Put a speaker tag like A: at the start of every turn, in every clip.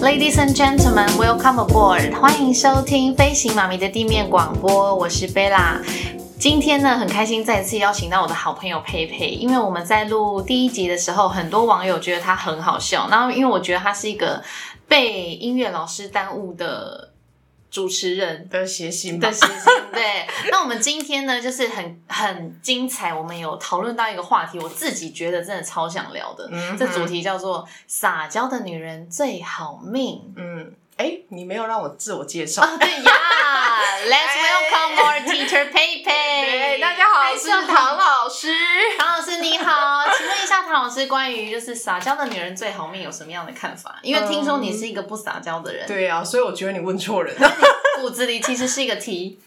A: Ladies and gentlemen, welcome aboard！欢迎收听《飞行妈咪的地面广播》，我是贝拉。今天呢，很开心再次邀请到我的好朋友佩佩，因为我们在录第一集的时候，很多网友觉得他很好笑，然后因为我觉得他是一个被音乐老师耽误的主持人，
B: 的谐星吧
A: 的。事 情。对，那我们今天呢，就是很很精彩，我们有讨论到一个话题，我自己觉得真的超想聊的。
B: 嗯哼
A: 这主题叫做“撒娇的女人最好命
B: 嗯，哎，你没有让我自我介”。绍。
A: 啊，对呀，Let's welcome our teacher 佩佩。
B: 好，我是唐老师。
A: 唐老师你好，请问一下唐老师，关于就是撒娇的女人最好命有什么样的看法？因为听说你是一个不撒娇的人，
B: 对啊，所以我觉得你问错 人。
A: 骨子里其实是一个 T。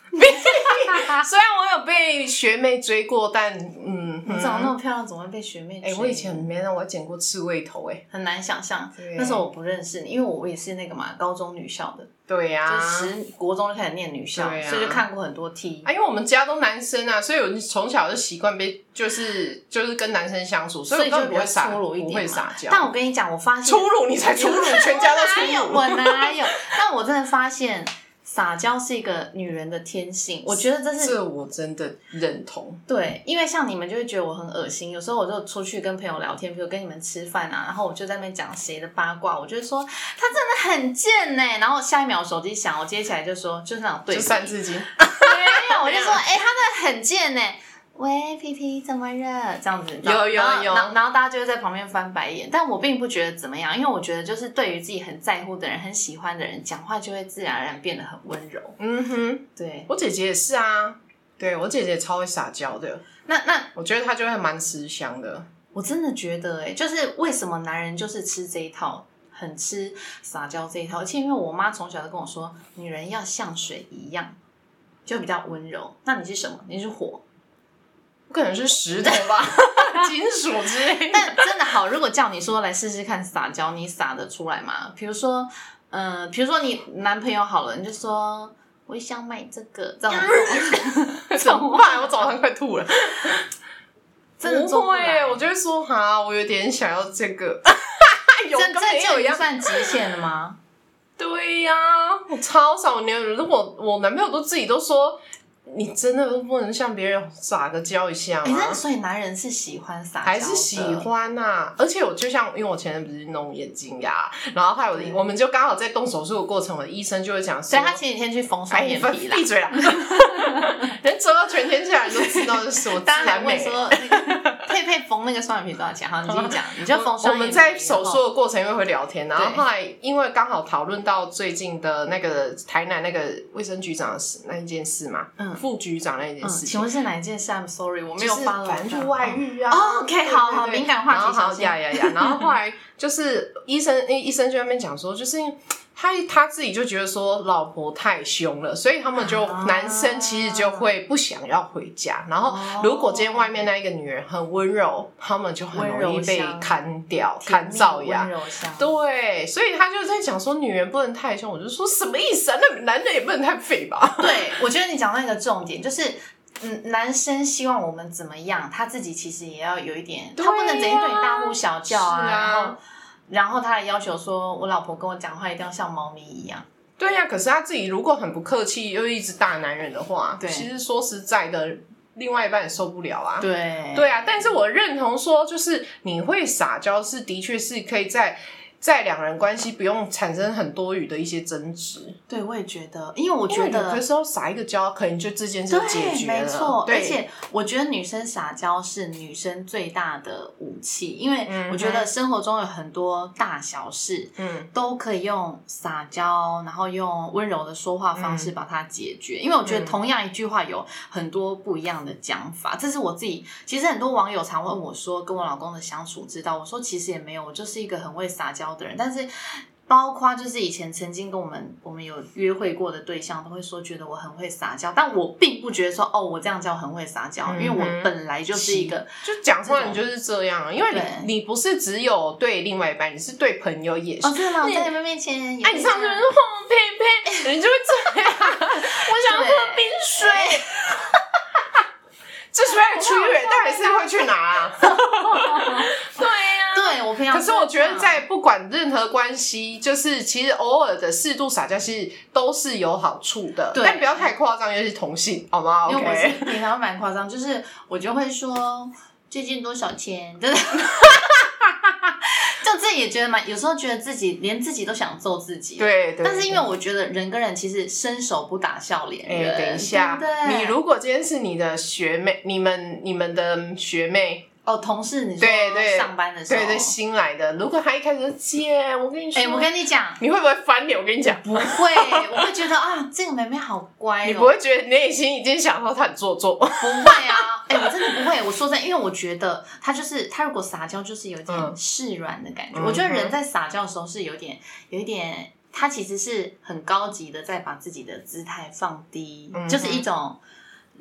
B: 虽然我有被学妹追过，但嗯，
A: 你长得那么漂亮，怎么会被学妹追？
B: 哎，我以前很 man，啊我还剪过刺猬头。哎，
A: 很难想象
B: 对。
A: 那时候我不认识你，因为我也是那个嘛，高中女校的，
B: 对啊呀
A: 就。十国中就开始念女校，
B: 对啊
A: 所以就看过很多 T。
B: 啊，因为我们家都男生啊，所以我从小就习惯被就是就是跟男生相处，所
A: 所
B: 以我
A: 以
B: 根
A: 就
B: 本
A: 比
B: 不
A: 较
B: 会撒
A: 粗鲁一
B: 不会
A: 点嘛
B: 撒娇。
A: 但我跟你讲，我发现
B: 粗鲁你才 粗鲁，全家都粗
A: 哪有啊
B: 鲁。
A: 我哪有？但我真的发现，撒娇是一个女人的天性。我觉得这是
B: 这我真的认同。
A: 对，因为像你们就会觉得我很恶心。有时候我就出去跟朋友聊天，比如跟你们吃饭啊，然后我就在那边讲谁的八卦，我就会说他真的很贱呢、欸然后下一秒手机响，我接起来就说就是那种对
B: 就
A: 比
B: 三字经，
A: 没有，我就说，哎、他那很贱呢、喂，皮皮怎么了？这样子，然后
B: 有有
A: 然后
B: 有
A: 然后然后大家就会在旁边翻白眼，但我并不觉得怎么样，因为我觉得就是对于自己很在乎的人、很喜欢的人，讲话就会自然而然变得很温柔。
B: 嗯哼。
A: 对，
B: 我姐姐也是啊，对我姐姐超会撒娇的，
A: 那那
B: 我觉得她就会蛮吃香的。
A: 我真的觉得、哎，就是为什么男人就是吃这一套，很吃撒娇这一套，而且因为我妈从小就跟我说，女人要像水一样，就比较温柔。那你是什么？你是火。
B: 不可能是石头吧，金属之类 的。
A: 但真的好，如果叫你说来试试看撒娇，你撒得出来吗？比如说，呃，比如说你男朋友好了，你就说我想买这个，这种
B: 啊怎么办？我早上快吐了。
A: 真的做
B: 不
A: 不来
B: 会，我就会说哈，我有点想要这个。有
A: 这
B: 跟没有
A: 这已经
B: 一样。
A: 算极限了 吗？
B: 对呀、我超少女。如果我男朋友都自己都说，你真的不能向别人撒个娇一下
A: 哎、
B: 吗？
A: 那所以男人是喜欢撒娇的，
B: 啊还是喜欢呐、而且我就像，因为我前阵不是弄眼睛呀，然后还有
A: 对
B: 我们就刚好在动手术的过程，我的医生就会讲说，
A: 所以他前几天去缝双
B: 哎，你
A: 眼
B: 分
A: 皮啦
B: 闭。 嘴啦！人走到全天下人都知道这 是我自
A: 大家还
B: 然
A: 问
B: 美。
A: 说，那个佩佩缝那个双眼皮多少钱？好，你继续讲，你就缝
B: 我
A: 双眼皮。
B: 们在手术，的过程因为会聊天，然后
A: 对
B: 后来因为刚好讨论到最近的那个台南那个卫生局长的事那一件事嘛，
A: 嗯
B: 副局长那一件
A: 嗯，
B: 事
A: 请
B: 情，
A: 问是哪一件事？I'm sorry，我没
B: 就
A: 有
B: 是
A: 发了。
B: 反正就外遇啊。
A: 哦，OK，好好
B: 对对对
A: 敏感话题
B: 然后好
A: 小心
B: 呀呀呀，然后后来就是医生，医生就在那边讲说，就是他他自己就觉得说老婆太凶了，所以他们就、
A: 啊
B: 男生其实就会不想要回家。然后
A: 哦
B: 如果今天外面那一个女人很温柔，他们就很容易被
A: 温柔乡
B: 砍掉、
A: 甜
B: 砍
A: 蜜
B: 造
A: 温
B: 呀。
A: 柔乡。
B: 对，所以他就在讲说，女人不能太凶。我就说什么意思啊？那男人也不能太废 吧？
A: 对，我觉得你讲到一个重点，就是嗯，男生希望我们怎么样，他自己其实也要有一点，
B: 对
A: 他不能整天对啊
B: 呀
A: 你大呼小叫
B: 是啊
A: 然后然后他还要求说，我老婆跟我讲话一定要像猫咪一样。
B: 对呀、可是他自己如果很不客气，又一直大男人的话，
A: 对
B: 其实说实在的，另外一半也受不了啊。
A: 对
B: 对啊，但是我认同说，就是你会撒娇是的确是可以在在两人关系不用产生很多余的一些争执，
A: 对，我也觉得，因为我
B: 因
A: 觉
B: 为有的
A: 得。
B: 时候撒一个娇，可能就这件事
A: 对
B: 解，决了。
A: 没错，
B: 对
A: 而且我觉得女生撒娇是女生最大的武器，因
B: 嗯
A: 为
B: 哼
A: 我觉得生活中有很多大小事，
B: 嗯，
A: 都可以用撒娇，然后用温柔的说话方
B: 嗯
A: 式把它解决。因为我觉得同样一句话有很多不一样的讲法，这是我自己。其实很多网友常问我说，跟我老公的相处之道，我说其实也没有，我就是一个很会撒娇的人，但是。包括就是以前曾经跟我们我们有约会过的对象，都会说觉得我很会撒娇，但我并不觉得说哦，我这样叫很会撒娇，因为
B: 嗯
A: 我
B: 哼
A: 本来就是一个
B: 就讲话你就是这样，啊因为
A: 对
B: 你你不是只有对另外一半，你是对朋友也是。
A: 哦，真的吗？
B: 你
A: 在你们面前也
B: 哎、
A: 会
B: 你
A: 这
B: 上
A: 样，
B: 次就说哼呸呸，你就会这
A: 啊
B: 样。我想喝
A: 对
B: 冰水。这是为了取悦，到底是会去哪、啊？对呀、
A: 对我平常
B: 可是我觉得，在不管任何关系，就是其实偶尔的适度撒娇，其实都是有好处的，
A: 对
B: 但不要太夸张，尤其是同性，好吗
A: 因为我
B: ？OK，
A: 是平常蛮夸张，就是我就会说最近多少钱，真的。就自己也觉得蛮，有时候觉得自己连自己都想揍自己。，
B: 对对。
A: 但是因为
B: 对
A: 我觉得人跟人其实伸手不打笑脸
B: 哎、
A: 人，
B: 等一下
A: 对不，对
B: 你如果今天是你的学妹，你们你们的学妹，
A: 哦同事，你说
B: 对对
A: 上班的时候，
B: 对对，新来的，如果她一开始就姐，我跟你说，
A: 哎、我跟你讲，
B: 你会不会翻脸？我跟你讲，
A: 不会，我会觉得啊，这个妹妹好乖、哦，
B: 你不会觉得你内心已经想说她很做作，
A: 不会啊，哎、我真的不会。我说真的，因为我觉得他就是他，如果撒娇就是有
B: 嗯
A: 点示软的感觉。
B: 嗯
A: 我觉得人在撒娇的时候是有点有一点，他其实是很高级的，在把自己的姿态放低，
B: 嗯哼
A: 就是一种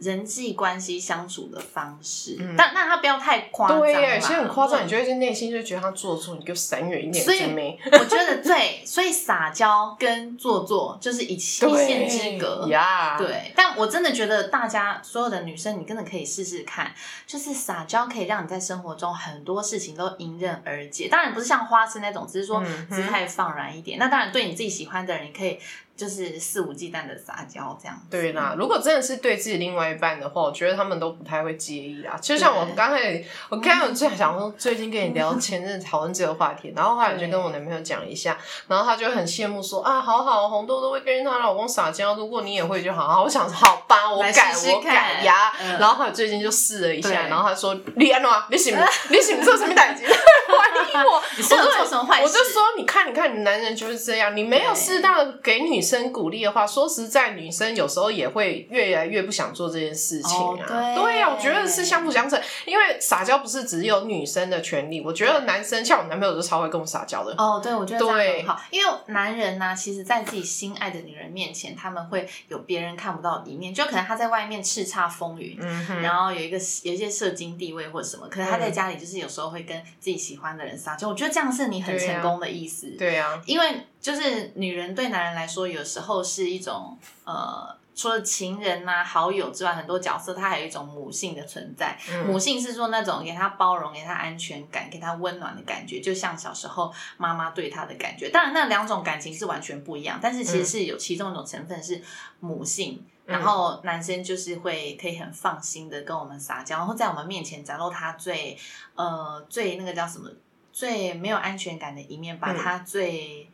A: 人际关系相处的方式。
B: 嗯
A: 但那他不要太夸张啦，
B: 对耶，所以很夸张，你
A: 嗯
B: 就会内心就觉得她做作，你给我闪远一点，
A: 所以
B: 真没
A: 我觉得对，所以撒娇跟做作就是一气一线之隔。
B: 呀，
A: 对，但我真的觉得大家所有的女生，你真的可以试试看，就是撒娇可以让你在生活中很多事情都迎刃而解。当然不是像花痴那种，只是说
B: 嗯哼
A: 姿态放软一点。那当然对你自己喜欢的人，你可以就是肆无忌惮的撒娇这样子。
B: 对啦，如果真的是对自己另外一半的话，我觉得他们都不太会介意啦。就像我
A: 对
B: 刚才，我刚才有最想说，最近跟你聊前阵子讨论这个话题，然后后来我就跟我男朋友讲一下，
A: 嗯
B: 然后他就很羡慕说啊，好好，红豆都会跟她老公撒娇，如果你也会就好。我想说好吧，我
A: 来
B: 改
A: 试试
B: 我改
A: 看
B: 呀。
A: 嗯
B: 然后他最近就试了一下，
A: 对
B: 然后他说你安诺，你醒你醒做什么代志？ 怀疑我，
A: 你是有
B: 我就
A: 做什么坏事？
B: 我就说，你看，你看，你男人就是这样，你没有
A: 对
B: 适当的给女生鼓励的话，说实在，女生有时候也会越来越不想做这件事情啊。
A: 哦对
B: 对呀、我觉得是相辅相成，因为撒娇不是只有女生的权利，我觉得男生像我男朋友就超会跟我撒娇的。
A: 哦，对，我觉得这样
B: 对
A: 很好，因为男人呢、其实在自己心爱的女人面前，他们会有别人看不到的一面，就可能他在外面叱咤风云，
B: 嗯哼，
A: 然后有一个有一些社经地位或者什么，可是他在家里就是有时候会跟自己喜欢的人撒娇，我觉得这样是你很成功的意思。
B: 啊对啊呀、
A: 因为就是女人对男人来说，有时候是一种呃，除了情人呐、好友之外，很多角色它还有一种母性的存在。母
B: 嗯，
A: 性是说那种给他包容、给他安全感、给他温暖的感觉，就像小时候妈妈对他的感觉。当然，那两种感情是完全不一样，但是其实是有其中一种成分是母性。
B: 嗯
A: 然后男生就是会可以很放心的跟我们撒娇，然后在我们面前展露他最呃最那个叫什么最没有安全感的一面，把
B: 嗯
A: 他最、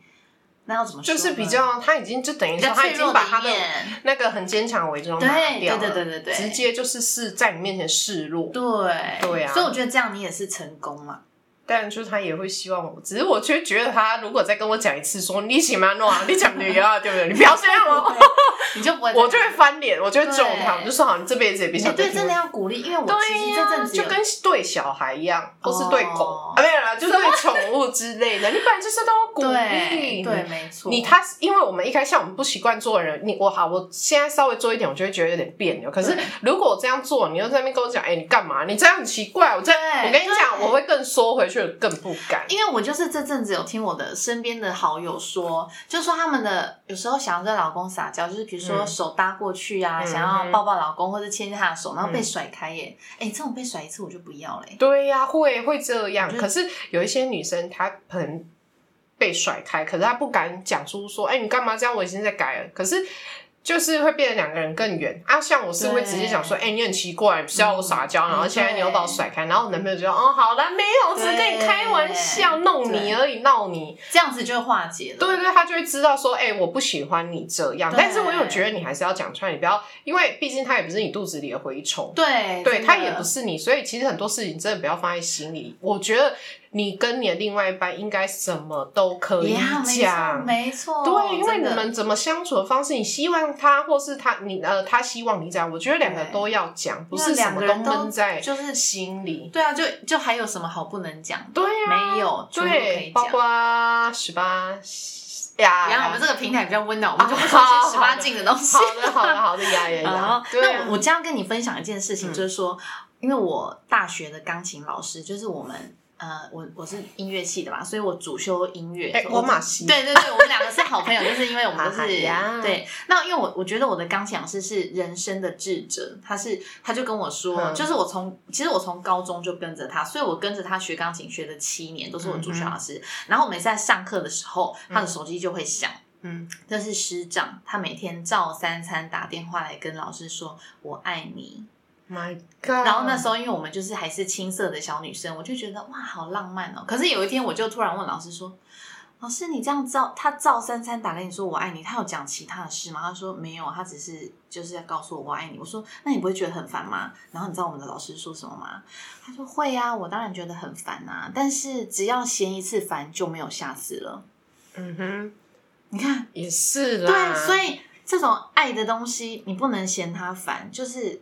A: 那要怎么说
B: 就
A: 呢
B: 是比较，他已经就等于
A: 比
B: 说
A: 较
B: 他
A: 脆
B: 已
A: 弱
B: 经
A: 的
B: 把他
A: 一
B: 的
A: 面，
B: 那个很坚强的伪装拿
A: 对
B: 掉
A: 对
B: 了，
A: 对对对对，
B: 直接就是是在你面前示弱。
A: 对
B: 对啊
A: 所以我觉得这样你也是成功嘛。
B: 但就是他也会希望我，只是我却觉得他如果再跟我讲一次说你喜欢弄啊，你讲女啊，对不对？你不要这样哦，
A: 你就不会再
B: 我就会翻脸，我就会揍他，
A: 对
B: 我就说好，你这辈子也别
A: 哎、
B: 想再
A: 对，
B: 听
A: 真
B: 我
A: 的要鼓励，因为我其
B: 对
A: 实
B: 呀、
A: 这阵子有
B: 就跟对小孩一样，或是对狗、
A: 哦
B: 啊，没有啦，就对宠物之类的，你本来就是都要鼓
A: 对
B: 励。
A: 对，没错，
B: 你他，因为我们一开始像我们不习惯做的人，你我好，我现在稍微做一点，我就会觉得有点别扭。可是
A: 对
B: 如果我这样做，你又在那边跟我讲，哎、你干嘛？你这样很奇怪。我这，
A: 对
B: 我跟你讲，
A: 对
B: 我会更缩回去，更不敢。
A: 因为我就是这阵子有听我的身边的好友说，就是说他们的有时候想要跟老公撒娇，就是比如说
B: 嗯
A: 手搭过去啊，
B: 嗯
A: 想要抱抱老公或者牵他的手，然后被
B: 嗯
A: 甩开耶。哎、这种被甩一次我就不要嘞、
B: 对呀、会会这样。
A: 我觉得
B: 可是有一些女生，她可能被甩开，可是她不敢讲出说：“哎、你干嘛这样？我已经在改了。”可是就是会变得两个人更远啊。像我是会直接讲说：“哎、你很奇怪，不要我撒娇，
A: 嗯
B: 然后现在
A: 对
B: 你又把我甩开。”然后我男朋友就说：“哦，好啦，没有，我只是跟你
A: 对
B: 开玩笑，弄你
A: 对
B: 而已，闹你。
A: 这样子就会化解”了。
B: 对对，他就会知道说：“哎、我不喜欢你这样。”
A: 对
B: 但是我有觉得你还是要讲出来，你不要，因为毕竟他也不是你肚子里的蛔虫。
A: 对
B: 对
A: 真的
B: 他也不是你，所以其实很多事情真的不要放在心里。我觉得你跟你的另外一半应该什么都可以
A: 呀，没错
B: 讲。
A: 没错，
B: 对，因为
A: 真
B: 你
A: 的
B: 们怎么相处的方式，你希望他或是他你呃他希望你这样，我觉得两个
A: 对
B: 都要讲，不
A: 因为
B: 是什
A: 两
B: 么
A: 个人都
B: 闷在
A: 就是
B: 心里。
A: 对啊，就就还有什么好不能讲的？
B: 对呀，
A: 没有，全部都可以
B: 对，
A: 讲
B: 包。括十八
A: 然后我
B: 呀
A: 们，这个平台比较温暖，我们就不说
B: 好
A: 一些十八禁哦的东西。
B: 好的好的好的呀呀
A: 啊嗯
B: 呀，，对啊
A: 那我我将要跟你分享一件事情，就是说，因为我大学的钢琴老师，就是我们呃，我我是音乐系的嘛，所以我主修音乐。
B: 哎
A: 所以
B: 我马西
A: 对对对，我们两个是好朋友，就是因为我们 都
B: 好
A: 是
B: 好呀
A: 对。那因为我我觉得我的钢琴老师是人生的智者，他是他就跟我说，
B: 嗯
A: 就是我从其实我从高中就跟着他，所以我跟着他学钢琴学了七年，都是我主修老师。然后我每次在上课的时候，他的手机就会响。
B: 嗯，
A: 这是师长，他每天照三餐打电话来跟老师说“我爱你”，
B: My God！
A: 然后那时候，因为我们就是还是青涩的小女生，我就觉得哇，好浪漫哦。可是有一天，我就突然问老师说：“老师，你这样照他照三三打给你说我爱你，他有讲其他的事吗？”他说：“没有，他只是就是要告诉我我爱你。”我说：“那你不会觉得很烦吗？”然后你知道我们的老师说什么吗？他说：“会啊，我当然觉得很烦啊，但是只要嫌一次烦就没有下次了。
B: 嗯哼，”
A: 你看，
B: 也是啦。
A: 对，所以这种爱的东西，你不能嫌他烦，就是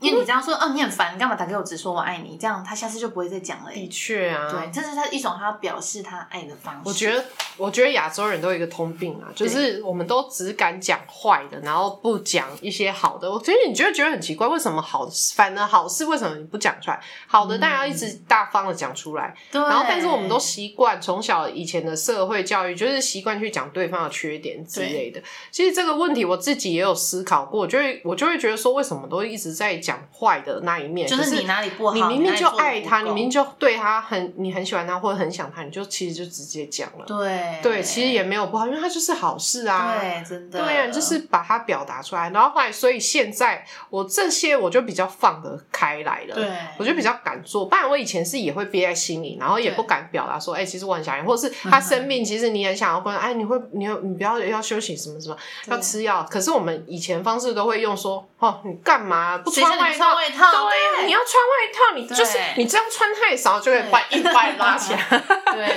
A: 因为你这样说，哦，你很烦，你干嘛打给我只说我爱你？这样他下次就不会再讲了欸、
B: 的确啊，
A: 对，这是他一种他表示他爱的方式。
B: 我觉得，我觉得亚洲人都有一个通病啊，就是我们都只敢讲坏的，然后不讲一些好的。我觉得你就会觉得很奇怪，为什么好，反而好事为什么你不讲出来？好的，大家一直大方的讲出来，
A: 嗯对，
B: 然后但是我们都习惯从小以前的社会教育，就是习惯去讲对方的缺点之类的。其实这个问题我自己也有思考过，我就会我就会觉得说，为什么都一直在讲坏的那一面？
A: 就
B: 可
A: 是你哪里不好，
B: 你明明就爱
A: 哪
B: 他，
A: 里做得不够
B: 你明明就对他很，你很喜欢他或者很想他，你就其实就直接讲了。
A: 对
B: 对，其实也没有不好，因为他就是好事啊。
A: 对，真的
B: 对啊，就是把它表达出来，然后后来，所以现在我这些我就比较放得开来了。
A: 对。
B: 我就比较敢做，不然我以前是也会憋在心里，然后也
A: 对
B: 不敢表达说，哎、其实我很想 要，或者是他生病，其实你很想要关，哎，你会，你有你不要要休息什么什么，
A: 对
B: 要吃药。可是我们以前方式都会用说，哦，你干嘛不
A: 谁叫
B: 穿
A: 你
B: 外
A: 穿
B: 套？
A: 外套，
B: 对呀，你要穿外套，你就是
A: 对
B: 你这样穿太少就会把一把你拉起来。
A: 对，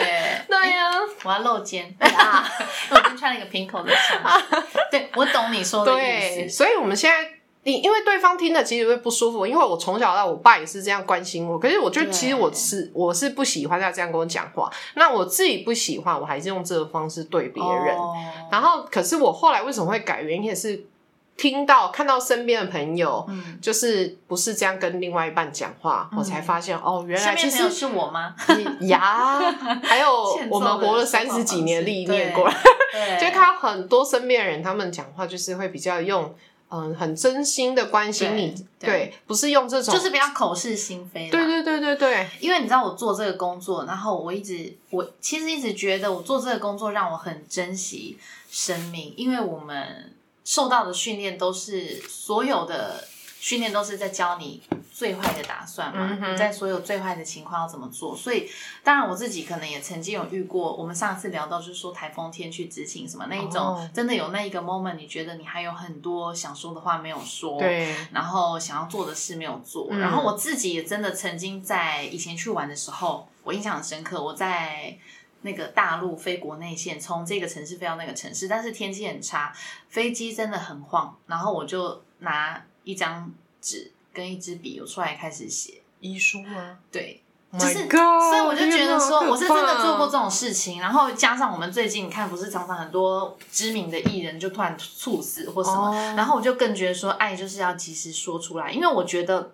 B: 对呀、
A: 我要露肩 啊！因为我今天穿了一个平口的上衣。对，我懂你说的意
B: 对，
A: 思。
B: 所以我们现在。因因为对方听了其实会不舒服，因为我从小到大我爸也是这样关心我，可是我就
A: 对
B: 其实我是我是不喜欢他这样跟我讲话，那我自己不喜欢，我还是用这个方式对别人。
A: 哦
B: 然后，可是我后来为什么会改，原因也是听到看到身边的朋友，
A: 嗯，
B: 就是不是这样跟另外一半讲话，我才发现哦，原
A: 身
B: 来
A: 边
B: 其
A: 朋友
B: 实
A: 是我 吗？
B: 你呀，还有
A: 欠揍
B: 我们
A: 的
B: 活了
A: 说
B: 三
A: 话
B: 十几
A: 方
B: 年
A: 式
B: 历
A: 对
B: 练，果然
A: 对，
B: 就看到很多身边的人，他们讲话就是会比较用，嗯，很真心的关心你，
A: 对
B: 对，
A: 对
B: 不是用这种，
A: 就是比较口是心非啦。
B: 对对对对对，
A: 因为你知道我做这个工作，然后我一直我其实一直觉得我做这个工作让我很珍惜生命，因为我们受到的训练都是所有的训练都是在教你最坏的打算嘛
B: 嗯，哼
A: 你在所有最坏的情况要怎么做。所以当然我自己可能也曾经有遇过，我们上次聊到就是说台风天去执勤什么那一种，
B: 哦
A: 真的有那一个 moment，你觉得你还有很多想说的话没有说，
B: 对，
A: 然后想要做的事没有做，
B: 嗯
A: 然后我自己也真的曾经在以前去玩的时候，我印象很深刻，我在。那个大陆飞国内线，从这个城市飞到那个城市，但是天气很差，飞机真的很晃。然后我就拿一张纸跟一支笔，我出来开始写。
B: 遗书吗？
A: 对，
B: 就
A: 就是
B: 哦
A: 所以我就觉得说，我是真的做过这种事情，然后加上我们最近你看，不是常常很多知名的艺人就突然猝死或什么，
B: 哦
A: 然后我就更觉得说，爱就是要及时说出来，因为我觉得。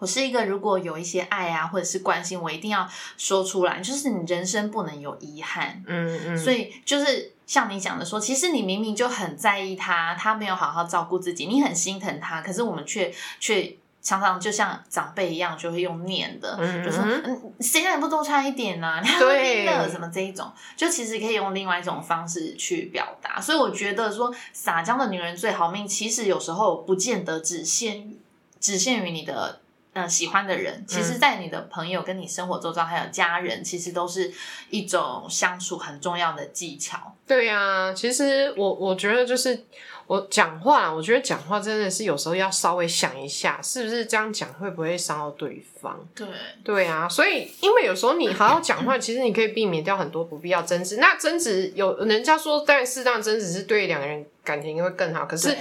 A: 我是一个，如果有一些爱啊，或者是关心，我一定要说出来。就是你人生不能有遗憾，
B: 嗯嗯，
A: 所
B: 以
A: 以就是像你讲的说，其实你明明就很在意他，他没有好好照顾自己，你很心疼他，可是我们却却常常就像长辈一样，就会用念的，
B: 嗯
A: 就说
B: 嗯
A: 嗯，谁让你不多穿一点呢、啊？你
B: 对
A: 了什么这一种，就其实可以用另外一种方式去表达。所以我觉得说，撒娇的女人最好命，其实有时候不见得只限于只限于你的。呃，喜欢的人，其
B: 嗯
A: 实，在你的朋友跟你生活周遭，还有家人，其实都是一种相处很重要的技巧。
B: 对呀、其实我我觉得就是我讲话啊，我觉得讲话真的是有时候要稍微想一下，是不是这样讲会不会伤到对方。
A: 对，
B: 对啊，所以因为有时候你好好讲话，其实你可以避免掉很多不必要争执。那争执有人家说，但适当争执是对两个人感情会更好。可是
A: 对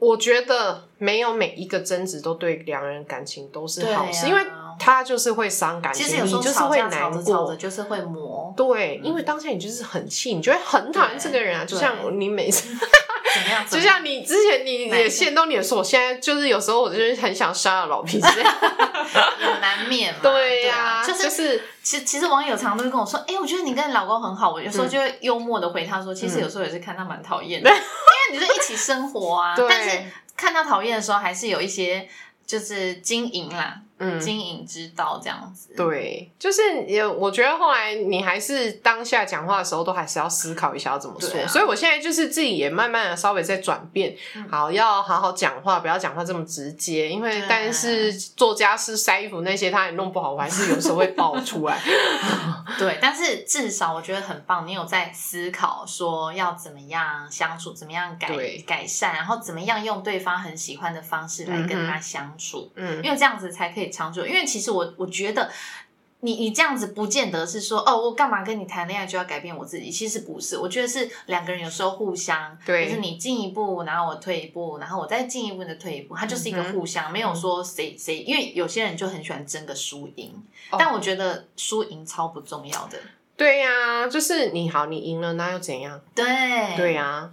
B: 我觉得没有每一个争执都对两人感情都是好
A: 对
B: 事，
A: 啊
B: 因为他就是会伤感
A: 其
B: 情，
A: 实有时
B: 你
A: 候
B: 就是
A: 吵
B: 会
A: 架吵着
B: 难
A: 吵
B: 过
A: 着。就是会磨，
B: 对，因为当下你就是很气，你就会很讨厌这个人啊！
A: 对
B: 就像你每次
A: 怎样？
B: 就像你之前你
A: 哪一
B: 也
A: 个
B: 限动你的时候，我现在就是有时候我就是很想杀了老皮之 类的。
A: 也难免嘛。
B: 对
A: 呀、
B: 呀，
A: 啊就是
B: 是
A: 其其实网友常常都会跟我说，哎、我觉得你跟你老公很好。我有
B: 嗯
A: 时候就会幽默的回他说，其实有时候也是看他蛮讨 厌的，因为你就一起生活啊。
B: 对
A: 但是看他讨厌的时候，还是有一些就是经营啦，
B: 嗯
A: 经营之道这样子。
B: 对，就是也，我觉得后来你还是当下讲话的时候，都还是要思考一下要怎么说。
A: 对啊
B: 所以我现在就是自己也慢慢的稍微在转变，
A: 嗯
B: 好，要好好讲话，不要讲话这么直接，因为
A: 对啊
B: 但是做家事、晒衣服那些，他也弄不好，我还是有时候会爆 出来。
A: 对，但是至少我觉得很棒，你有在思考说要怎么样相处，怎么样改
B: 对
A: 改善，然后怎么样用对方很喜欢的方式来跟
B: 嗯
A: 他相处。
B: 嗯，
A: 因为这样子才可以长久。因为其实我我觉得你你这样子不见得是说哦，我干嘛跟你谈恋爱就要改变我自己，其实不是。我觉得是两个人有时候互相，
B: 对
A: 就是你进一步，然后我退一步，然后我再进一步的退一步，它就是一个
B: 嗯哼
A: 互相，没有说谁谁。因为有些人就很喜欢争个输赢，
B: 哦
A: 但我觉得输赢超不重要的。
B: 对呀、就是你好，你赢了那又怎样？
A: 对
B: 对呀、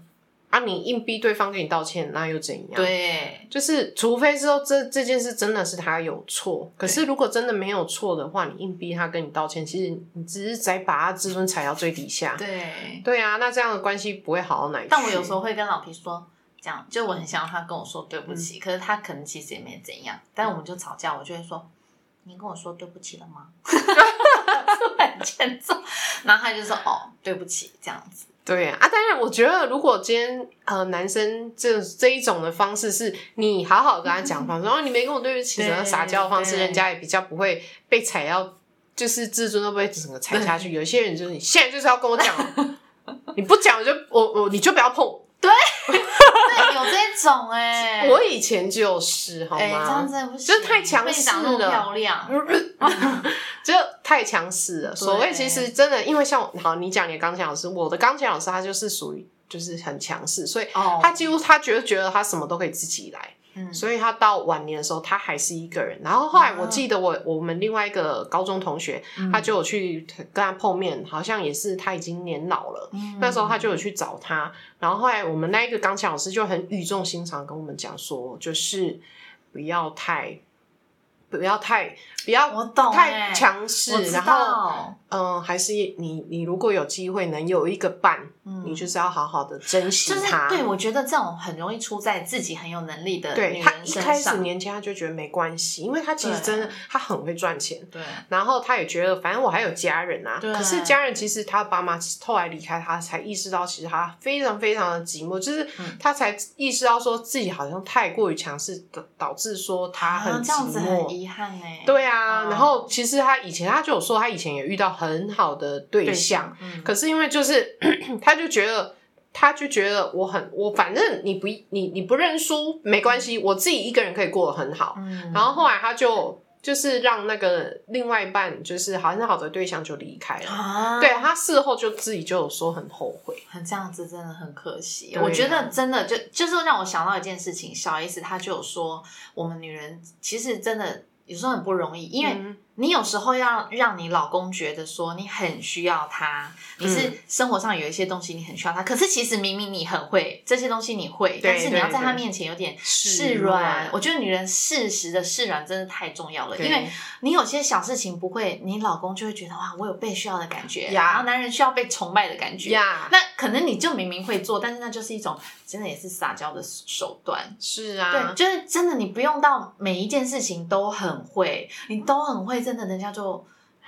B: 啊，你硬逼对方给你道歉，那又怎样？
A: 对
B: 就是，除非之后这这件事真的是他有错，可是如果真的没有错的话，你硬逼他跟你道歉，其实你只是在把他自尊踩到最底下。
A: 对。
B: 对啊，那这样的关系不会好到哪里去。
A: 但我有时候会跟老皮说，这样就我很想要他跟我说对不起，
B: 嗯
A: 可是他可能其实也没怎样，但我们就吵架，我就会说，你跟我说对不起了吗？ 很欠揍，然后他就说哦，对不起，这样子，
B: 对啊，啊，当然，我觉得如果今天呃男生这这一种的方式是你好好跟他讲方式，然后、你没跟我对不起，
A: 对
B: 然后撒娇的方式，
A: 对
B: 人家也比较不会被踩到，就是自尊都被整个踩下去。有些人就是你现在就是要跟我讲哦，你不讲我就我我你就不要碰。
A: 对，有这种哎、
B: 我以前就是好
A: 哎、这样
B: 吗？
A: 真的不行，
B: 就是太强势了嗯
A: 会长那么漂亮，
B: 就太强势了。所谓其实真的，因为像我好，你讲你的钢琴老师，我的钢琴老师他就是属于就是很强势，所以
A: 哦
B: 他几乎他觉得觉得他什么都可以自己来，
A: 嗯，
B: 所以他到晚年的时候他还是一个人。然后后来我记得我我们另外一个高中同学，
A: 嗯
B: 他就有去跟他碰面，好像也是他已经年老了。
A: 嗯
B: 那时候他就有去找他，然后后来我们那一个钢琴老师就很语重心长地跟我们讲说，就是不要太，不要太，不要
A: 我懂
B: 太
A: 欸
B: 强势
A: 我，知
B: 然后
A: 道，
B: 嗯、呃还是你你如果有机会能有一个伴，
A: 嗯
B: 你就是要好好的珍惜
A: 就是
B: 他。
A: 对我觉得这种很容易出在自己很有能力的
B: 对
A: 女
B: 他
A: 人
B: 一
A: 身
B: 开始
A: 上，
B: 年轻，他就觉得没关系，因为他其实真的
A: 对
B: 他很会赚钱，
A: 对，
B: 然后他也觉得，反正我还有家人啊。
A: 对
B: 可是家人其实他爸妈后来离开他，才意识到其实他非常非常的寂寞，就是
A: 嗯
B: 他才意识到说自己好像太过于强势，导导致说他很
A: 啊这
B: 寂
A: 样子很
B: 寞。
A: 遗憾呢、欸，
B: 对啊，
A: 嗯
B: 然后其实他以前他就有说，他以前也遇到很好的对象，
A: 嗯，
B: 可是因为就是 他就觉得。他就觉得我很我反正你不你你不认输没关系，我自己一个人可以过得很好。
A: 嗯
B: 然后后来他就就是让那个另外一半，就是好像好的对象就离开了。
A: 啊，
B: 对，他事后就自己就有说很后悔，
A: 很这样子真的很可惜。
B: 对啊
A: 我觉得真的就就是让我想到一件事情，小 S 她就有说，我们女人其实真的有时候很不容易，因为
B: 嗯
A: 你有时候要让你老公觉得说你很需要他，你
B: 嗯
A: 是生活上有一些东西你很需要他，可是其实明明你很会这些东西你会，
B: 对
A: 但是你要
B: 对
A: 在他
B: 对
A: 面前有点
B: 示
A: 示
B: 软
A: 软。我觉得女人适时的示软真的太重要了，
B: 对
A: 因为你有些小事情不会，你老公就会觉得哇，我有被需要的感觉，
B: 呀
A: 然后男人需要被崇拜的感觉。
B: 呀，
A: 那可能你就明明会做，但是那就是一种真的也是撒娇的手段。
B: 是
A: 对，
B: 啊，
A: 就是真的，你不用到每一件事情都很会，你都很会，真的人家就，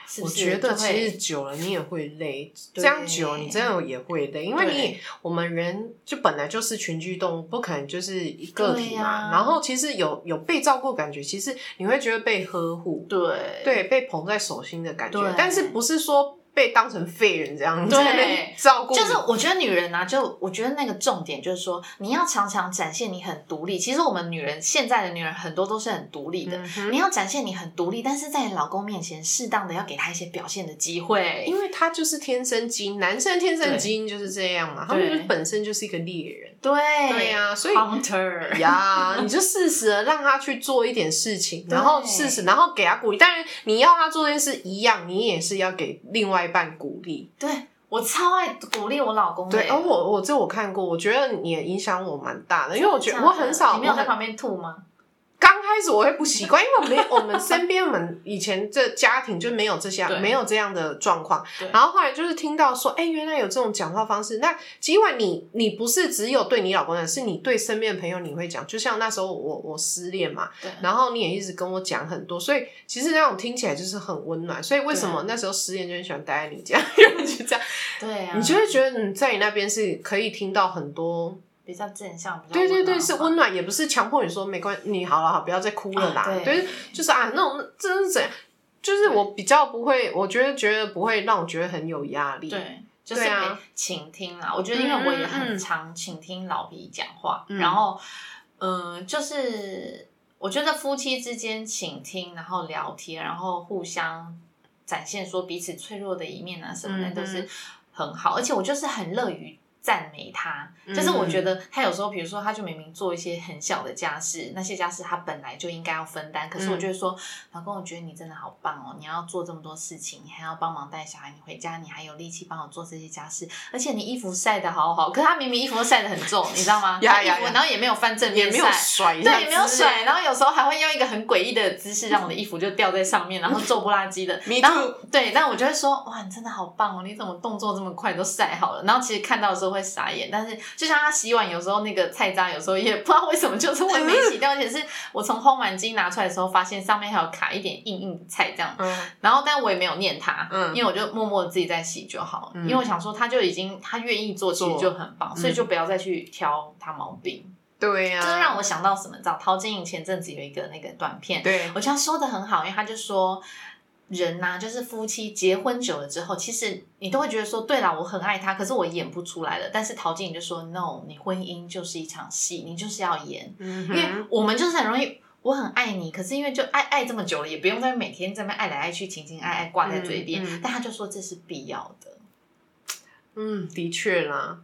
A: 是不
B: 我
A: 是
B: 觉得
A: 就会
B: 其实久了你也会累，这
A: 对
B: 样久你真的也会累，因为
A: 对
B: 你我们人就本来就是群居动物，不可能就是一个体
A: 对
B: 嘛。
A: 呀
B: 然后其实有有被照顾感觉，其实你会觉得被呵护，
A: 对
B: 对，被捧在手心的感觉
A: 对，
B: 但是不是说被当成废人这样子
A: 对
B: 在那边照顾你？
A: 就是我觉得女人啊，就我觉得那个重点就是说，你要常常展现你很独立。其实我们女人现在的女人很多都是很独立的，
B: 嗯哼
A: 你要展现你很独立，但是在老公面前适当的要给他一些表现的机会。
B: 因为他就是天生基因，男生天生基因就是这样嘛，他们
A: 对
B: 就是本身就是一个猎人。
A: 对
B: 对
A: 对
B: 呀、所以
A: ，hunter
B: 呀，你就适时的让他去做一点事情，
A: 对
B: 然后适时，然后给他鼓励。当然，你要他做这件事一样，你也是要给另外一半鼓励。
A: 对，我超爱鼓励我老公的欸
B: 对，
A: 耶。
B: 而我我这我看过，我觉得你也影响我蛮大的，因为我觉
A: 真
B: 得
A: 的
B: 我
A: 假的
B: 很少，
A: 你没有
B: 我
A: 在
B: 很
A: 旁边吐吗？
B: 刚开始我会不习惯，因为 我没有我们身边我们以前这家庭就没有这些
A: 对
B: 没有这样的状况
A: 对，
B: 然后后来就是听到说，哎、原来有这种讲话方式。那今晚你你不是只有对你老公讲，是你对身边的朋友你会讲，就像那时候我我失恋嘛，
A: 对，
B: 然后你也一直跟我讲很多，所以其实那种听起来就是很温暖。所以为什么那时候失恋就很喜欢待在你家， 就这样，
A: 对啊，
B: 你就会觉得你在你那边是可以听到很多
A: 比较正向，比较
B: 对对对，
A: 温
B: 是
A: 暖
B: 温暖，也不是强迫你说没关你好了好，不要再哭了啦。
A: 啊对
B: 对，就是啊，那种真是怎样，就是我比较不会，我觉得觉得不会让我觉得很有压力。，
A: 对，就是
B: 对啊
A: 可以倾听啦。我觉得，因为我也
B: 嗯嗯
A: 很
B: 嗯
A: 常倾听老皮讲话，
B: 嗯
A: 然后，嗯、就是我觉得夫妻之间倾听，然后聊天，然后互相展现说彼此脆弱的一面啊什么的，
B: 嗯嗯
A: 都是很好。而且我就是很乐于。赞美他，
B: 嗯
A: 就是我觉得他有时候，比如说，他就明明做一些很小的家事，那些家事他本来就应该要分担，可是我
B: 嗯
A: 就会说，老公，我觉得你真的好棒哦！你要做这么多事情，你还要帮忙带小孩，你回家你还有力气帮我做这些家事，而且你衣服晒得好好，可是他明明衣服都晒得很重，你知道吗？
B: 呀
A: 他衣
B: 呀
A: 服
B: 呀
A: 然后也没有翻正
B: 也
A: 面
B: 没有
A: 晒。
B: 甩一下之
A: 对，
B: 类的，
A: 也没有甩，然后有时候还会用一个很诡异的姿势，让我的衣服就掉在上面，然后皱不拉几的
B: Me。
A: 然后对，但我就会说，哇，你真的好棒哦！你怎么动作这么快，都晒好了？然后其实看到的时候会傻眼，但是就像他洗碗，有时候那个菜渣，有时候也 不知道为什么就是会没洗掉，而且是我从烘碗机拿出来的时候，发现上面还有卡一点硬硬的菜这样。
B: 嗯，
A: 然后，但我也没有念他，
B: 嗯
A: 因为我就默默地自己在洗就好了，
B: 嗯
A: 因为我想说，他就已经他愿意做，其实
B: 做
A: 就很棒，所以
B: 嗯
A: 就不要再去挑他毛病。
B: 对啊呀、
A: 就是让我想到什么，你知道陶晶莹前阵子有一个那个短片，
B: 对
A: 我觉得她说的很好，因为她就说。人呐、就是夫妻结婚久了之后，其实你都会觉得说，对啦，我很爱他，可是我演不出来了。但是陶晶莹就说，no，你婚姻就是一场戏，你就是要演，因
B: 嗯哼，
A: 为我们就是很容易，我很爱你，可是因为就爱爱这么久了，也不用再每天这么爱来爱去，情情爱爱挂在嘴边。
B: 嗯嗯
A: 但他就说这是必要的，
B: 嗯，的确啦，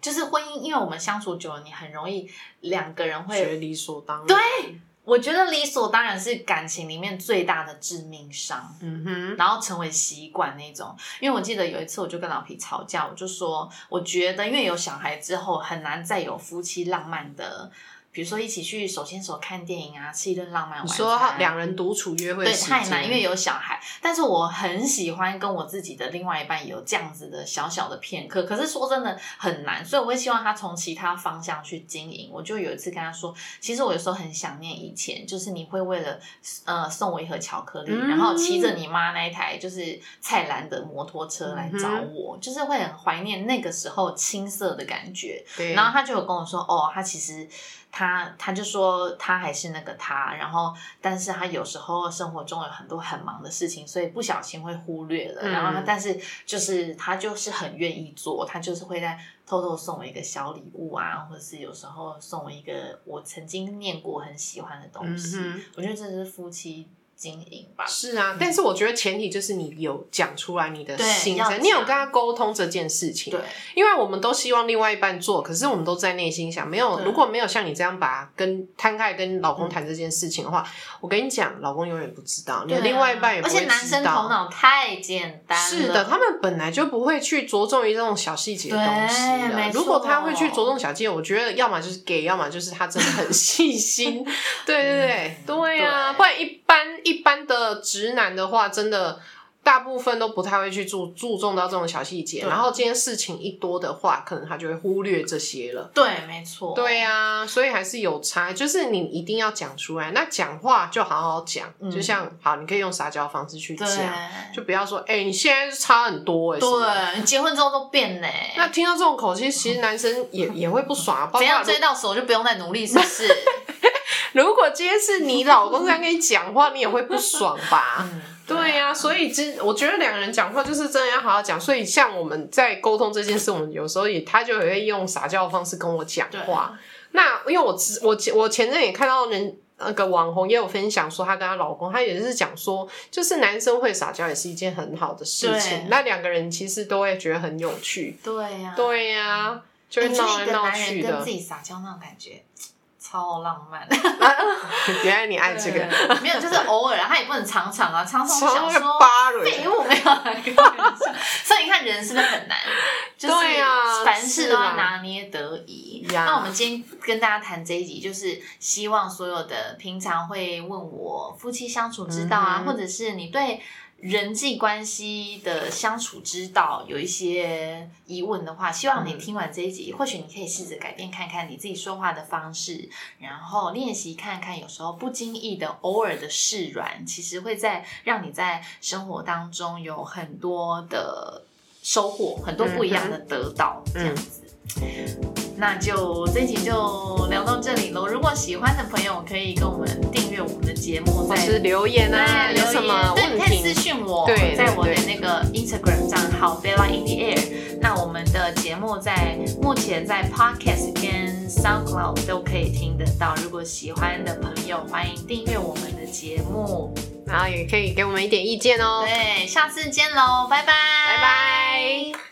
A: 就是婚姻，因为我们相处久了，你很容易两个人会
B: 觉得理所当然。
A: 对，我觉得理所当然是感情里面最大的致命伤，
B: 嗯哼，
A: 然后成为习惯那种。因为我记得有一次，我就跟老皮吵架，我就说，我觉得因为有小孩之后，很难再有夫妻浪漫的，比如说一起去手牵手看电影啊，吃一顿浪漫晚
B: 你
A: 餐。
B: 说两人独处约会
A: 对，
B: 时
A: 太难，
B: 间
A: 因为有小孩。但是我很喜欢跟我自己的另外一半有这样子的小小的片刻。可是说真的很难，所以我会希望他从其他方向去经营。我就有一次跟他说，其实我有时候很想念以前，就是你会为了呃送我一盒巧克力，
B: 嗯
A: 然后骑着你妈那一台就是菜篮的摩托车来
B: 嗯
A: 找我，就是会很怀念那个时候青涩的感觉。
B: 对，
A: 然后他就有跟我说，哦，他其实他他就说他还是那个他，然后但是他有时候生活中有很多很忙的事情，所以不小心会忽略了。
B: 嗯
A: 然后他但是就是他就是很愿意做，他就是会在偷偷送我一个小礼物啊，或者是有时候送我一个我曾经念过很喜欢的东
B: 嗯
A: 西。
B: 哼。
A: 我觉得这是夫妻经营吧。
B: 是啊，但是我觉得前提就是你有讲出来你的
A: 对
B: 心
A: 要
B: 声，你有
A: 讲
B: 跟他沟通这件事情。
A: 对，
B: 因为我们都希望另外一半做，可是我们都在内心想，没有
A: 对嗯
B: 如果没有像你这样把跟摊开跟老公谈这件事情的话，我跟你讲，老公永远不知道，你的
A: 对啊
B: 另外一半也不
A: 而
B: 会知道。
A: 且男生头脑太简单了，
B: 是的，他们本来就不会去着重于这种小细节的东西
A: 对没
B: 的。
A: 错
B: 如果他会去着重小细节，我觉得要么就是给，要么就是他真的很细 心。对对对，
A: 嗯
B: 对啊，
A: 对
B: 不然一般一般的直男的话，真的。大部分都不太会去注注重到这种小细节，
A: 对
B: 然后这件事情一多的话，可能他就会忽略这些了。
A: 对，没错，
B: 对啊，所以还是有差，就是你一定要讲出来。那讲话就好好讲，
A: 嗯
B: 就像好，你可以用撒娇的方式去
A: 对
B: 讲，就不要说，哎、你现在差很多哎、欸。什么的。
A: 对，你结婚之后都变嘞、
B: 那听到这种口气，其实男生也也会不爽啊。包
A: 怎
B: 括
A: 样追到手就不用再努力，是不是？
B: 如如果今天是你老公这样跟你讲话，你也会不爽吧？
A: 嗯，
B: 对呀、所以之我觉得两个人讲话就是真的要好好讲。所以像我们在沟通这件事，我们有时候也他就也会用撒娇的方式跟我讲
A: 对
B: 话。那因为我之我前我前阵也看到人那个网红也有分享说，她跟她老公，她也是讲说，就是男生会撒娇也是一件很好的事
A: 对
B: 情。那两个人其实都会觉得很有趣。
A: 对呀、
B: 对呀、就
A: 欸
B: 会
A: 我觉得
B: 闹来
A: 一个
B: 闹
A: 男人
B: 去
A: 跟
B: 的
A: 自。己撒娇那种感觉，超浪漫。
B: 原来你爱这 个，
A: 对没有，就是偶尔啊，他也不能常常啊，常 常
B: 超
A: 想
B: 个
A: 说。
B: 八
A: 废
B: 轮，
A: 物没有 啊，开玩笑所以你看人是不是很难？就是
B: 对啊
A: 凡事都
B: 是
A: 要
B: 啊
A: 拿捏得宜。
B: 呀
A: 那我们今天跟大家谈这一集，就是希望所有的平常会问我夫妻相处之道啊，
B: 嗯哼
A: 或者是你对人际关系的相处之道有一些疑问的话，希望你
B: 嗯
A: 听完这一集，或许你可以试着改变看看你自己说话的方式，然后练习看看，有时候不经意的、偶尔的示软，其实会在让你在生活当中有很多的收获，很多不一
B: 嗯
A: 样的得到，这样子。那就这一集就聊到这里喽。如果喜欢的朋友，可以跟我们订阅我们的节目，
B: 或
A: 在
B: 是留言啊，
A: 对
B: 有
A: 留
B: 什
A: 言，
B: 么
A: 嗯对，
B: 问
A: 你可以私
B: 题？
A: 讯我，
B: 对
A: 在
B: 对
A: 我的
B: 对
A: 那个 Instagram 账号 Bella in the Air。那我们的节目在目前在 Podcast 跟 SoundCloud 都可以听得到。如果喜欢的朋友，欢迎订阅我们的节目。
B: 然后也可以给我们一点意见哦。
A: 对，下次见喽，拜拜，
B: 拜拜。